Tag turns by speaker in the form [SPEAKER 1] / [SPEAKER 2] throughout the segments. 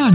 [SPEAKER 1] 大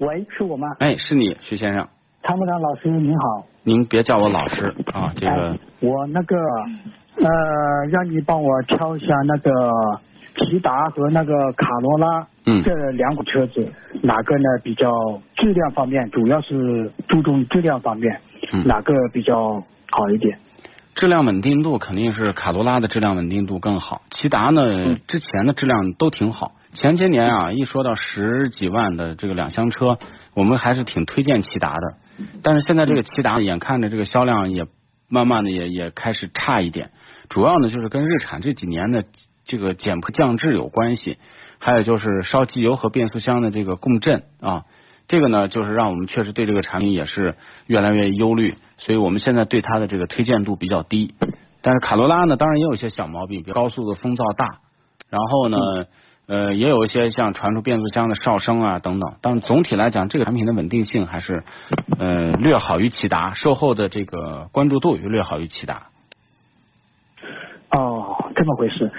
[SPEAKER 2] 喂，是我吗？
[SPEAKER 3] 哎，是你，徐先生，
[SPEAKER 2] 参谋长老师您好，
[SPEAKER 3] 您别叫我老师啊，这个嗯
[SPEAKER 2] 哎，我那个呃，让你帮我挑一下那个骐达和那个卡罗拉，
[SPEAKER 3] 嗯
[SPEAKER 2] 这两款车子哪个呢比较质量方面，主要是注重质量方面，
[SPEAKER 3] 嗯
[SPEAKER 2] 哪个比较好一点？
[SPEAKER 3] 质量稳定度肯定是卡罗拉的质量稳定度更好，骐达呢之前的质量都挺好。前些年啊，一说到十几万的这个两厢车，我们还是挺推荐骐达的。但是现在这个骐达，眼看着这个销量也慢慢的也也开始差一点，主要呢就是跟日产这几年的这个减配降质有关系，还有就是烧机油和变速箱的这个共振啊，这个呢就是让我们确实对这个产品也是越来越忧虑，所以我们现在对它的这个推荐度比较低。但是卡罗拉呢，当然也有一些小毛病，比如高速的风噪大，然后呢，呃，也有一些像传出变速箱的哨声啊等等。但是总体来讲，这个产品的稳定性还是呃略好于骐达，售后的这个关注度也略好于骐达。
[SPEAKER 2] 哦，这么回事。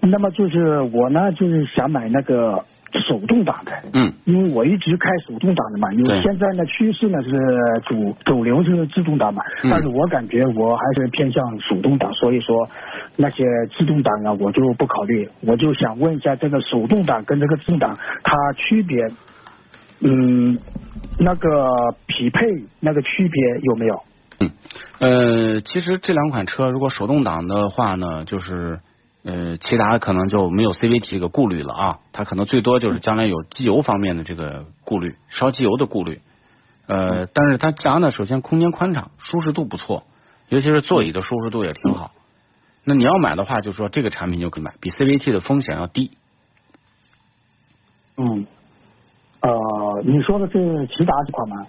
[SPEAKER 2] 那么就是我呢，就是想买那个手动挡的，
[SPEAKER 3] 嗯
[SPEAKER 2] 因为我一直开手动挡的嘛，因
[SPEAKER 3] 对
[SPEAKER 2] 为现在呢趋势呢是主主流是自动挡嘛，
[SPEAKER 3] 嗯
[SPEAKER 2] 但是我感觉我还是偏向手动挡，所以说那些自动挡啊我就不考虑，我就想问一下这个手动挡跟这个自动挡它区别，嗯，那个匹配那个区别有没有？
[SPEAKER 3] 嗯，呃，其实这两款车如果手动挡的话呢，就是呃，骐达可能就没有 CVT 这个顾虑了啊，它可能最多就是将来有机油方面的这个顾虑，烧机油的顾虑。呃，但是它骐达呢，首先空间宽敞，舒适度不错，尤其是座椅的舒适度也挺好。那你要买的话，就说这个产品就可以买，比 CVT 的风险要低。
[SPEAKER 2] 嗯，呃，你说的是骐达这款吗？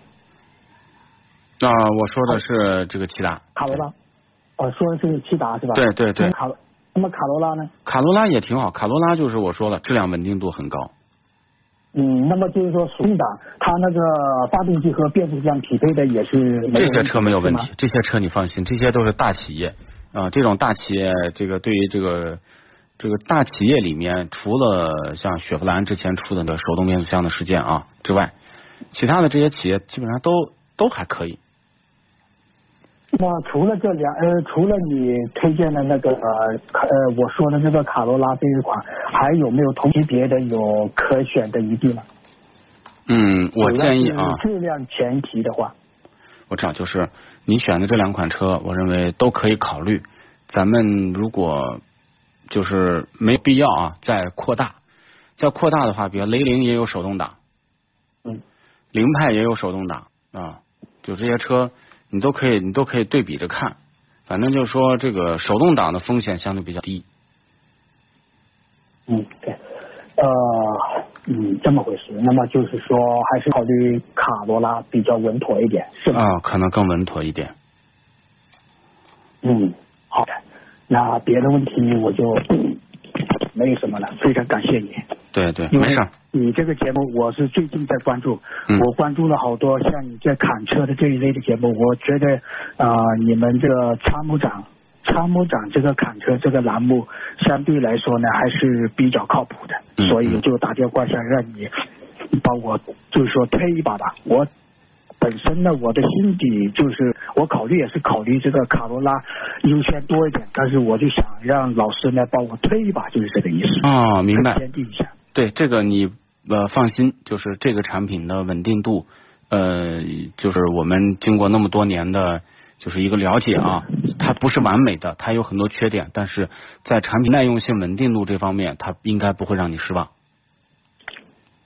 [SPEAKER 3] 啊、我说的是这个骐达，
[SPEAKER 2] 卡罗拉，呃，说的是骐达是吧？
[SPEAKER 3] 对对对
[SPEAKER 2] 那卡罗，那么卡罗拉呢？
[SPEAKER 3] 卡罗拉也挺好，卡罗拉就是我说了，质量稳定度很高。
[SPEAKER 2] 嗯，那么就是说，手动挡它那个发动机和变速箱匹配的也是没
[SPEAKER 3] 这
[SPEAKER 2] 有
[SPEAKER 3] 些车没有问
[SPEAKER 2] 是
[SPEAKER 3] 题
[SPEAKER 2] 吗，
[SPEAKER 3] 这些车你放心，这些都是大企业啊、这种大企业，这个对于这个这个大企业里面，除了像雪佛兰之前出的那个手动变速箱的事件啊之外，其他的这些企业基本上都都还可以。
[SPEAKER 2] 那除了这两呃，除了你推荐的那个呃卡呃我说的这个卡罗拉这一款，还有没有同级别的有可选的余地呢？
[SPEAKER 3] 嗯，我建议啊，
[SPEAKER 2] 主要是质量前提的话，
[SPEAKER 3] 我知道，就是你选的这两款车，我认为都可以考虑。咱们如果就是没必要啊，再扩大，再扩大的话，比如雷凌也有手动挡，
[SPEAKER 2] 嗯，
[SPEAKER 3] 凌派也有手动挡啊，就这些车你都可以，你都可以对比着看。反正就是说，这个手动挡的风险相对比较低。
[SPEAKER 2] 嗯，对，呃，嗯，这么回事。那么就是说，还是考虑卡罗拉比较稳妥一点，是吧？
[SPEAKER 3] 啊、可能更稳妥一点。
[SPEAKER 2] 嗯，好的，那别的问题我就嗯没有什么了，非常感谢你。
[SPEAKER 3] 对对，
[SPEAKER 2] 因为
[SPEAKER 3] 没事儿。
[SPEAKER 2] 你这个节目我是最近在关注，
[SPEAKER 3] 嗯
[SPEAKER 2] 我关注了好多像你这砍车的这一类的节目，我觉得啊、呃你们这个参谋长。参谋长这个砍车这个栏目相对来说呢还是比较靠谱的，
[SPEAKER 3] 嗯
[SPEAKER 2] 所以就打电话想让你帮我就是说推一把吧。我本身呢，我的心底就是我考虑也是考虑这个卡罗拉优先多一点，但是我就想让老师呢帮我推一把，就是这个意思。
[SPEAKER 3] 哦，明白。
[SPEAKER 2] 坚定一下。
[SPEAKER 3] 对这个你呃放心，就是这个产品的稳定度，呃，就是我们经过那么多年的就是一个了解啊，它不是完美的，它有很多缺点，但是在产品耐用性、稳定度这方面，它应该不会让你失望，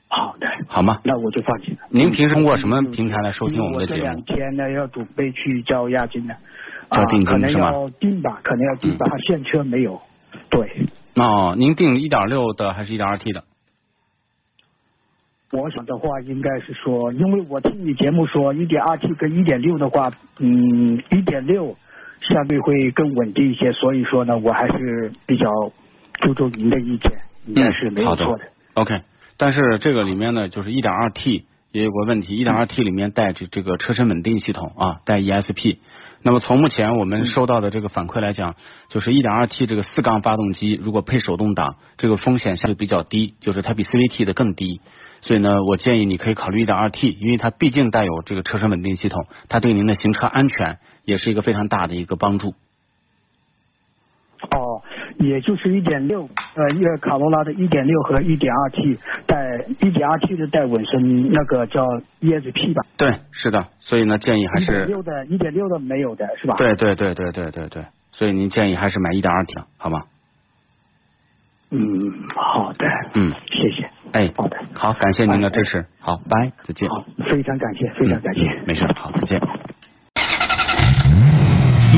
[SPEAKER 2] 好的，
[SPEAKER 3] 好吗？
[SPEAKER 2] 那我就放心了。嗯
[SPEAKER 3] 您平时通过什么平台来收听我们的
[SPEAKER 2] 这
[SPEAKER 3] 节
[SPEAKER 2] 两
[SPEAKER 3] 目？
[SPEAKER 2] 天呢，要准备去交押金了，
[SPEAKER 3] 交
[SPEAKER 2] 啊，
[SPEAKER 3] 定金
[SPEAKER 2] 可能
[SPEAKER 3] 是吗嗯
[SPEAKER 2] 要定吧，可能要定吧，现车没有。对，
[SPEAKER 3] 哦，您定一点六的还是一点二 T 的？
[SPEAKER 2] 我想的话应该是说，因为我听你节目说一点二 T 跟一点六的话，嗯，一点六相对会更稳定一些，所以说呢，我还是比较注重您的意见，应
[SPEAKER 3] 嗯
[SPEAKER 2] 该是没有错的。
[SPEAKER 3] OK，但是这个里面呢，就是一点二 T 也有个问题，一点二 T 里面带这这个车身稳定系统啊，带 ESP。那么从目前我们收到的这个反馈来讲，就是一点二 T 这个四缸发动机，如果配手动挡，这个风险相对比较低，就是它比 CVT 的更低。所以呢，我建议你可以考虑一点二 T，因为它毕竟带有这个车身稳定系统，它对您的行车安全也是一个非常大的一个帮助。
[SPEAKER 2] 哦，也就是一点六，呃，一个卡罗拉的一点六和一点二 T 带一点二 T 的带混声那个叫 ESP 吧？
[SPEAKER 3] 对，是的，所以呢，建议还
[SPEAKER 2] 一点
[SPEAKER 3] 是
[SPEAKER 2] 六的，一点六的没有的是吧？。
[SPEAKER 3] 对对对对对对对，所以您建议还是买一点二 T，好吗？
[SPEAKER 2] 嗯，好的。
[SPEAKER 3] 嗯，
[SPEAKER 2] 谢谢。
[SPEAKER 3] 哎，
[SPEAKER 2] 好的，
[SPEAKER 3] 好，感谢您的支持，好，拜，再见。
[SPEAKER 2] 好，非常感谢，非常感谢。
[SPEAKER 3] 嗯没事，好，再见。
[SPEAKER 1] 俗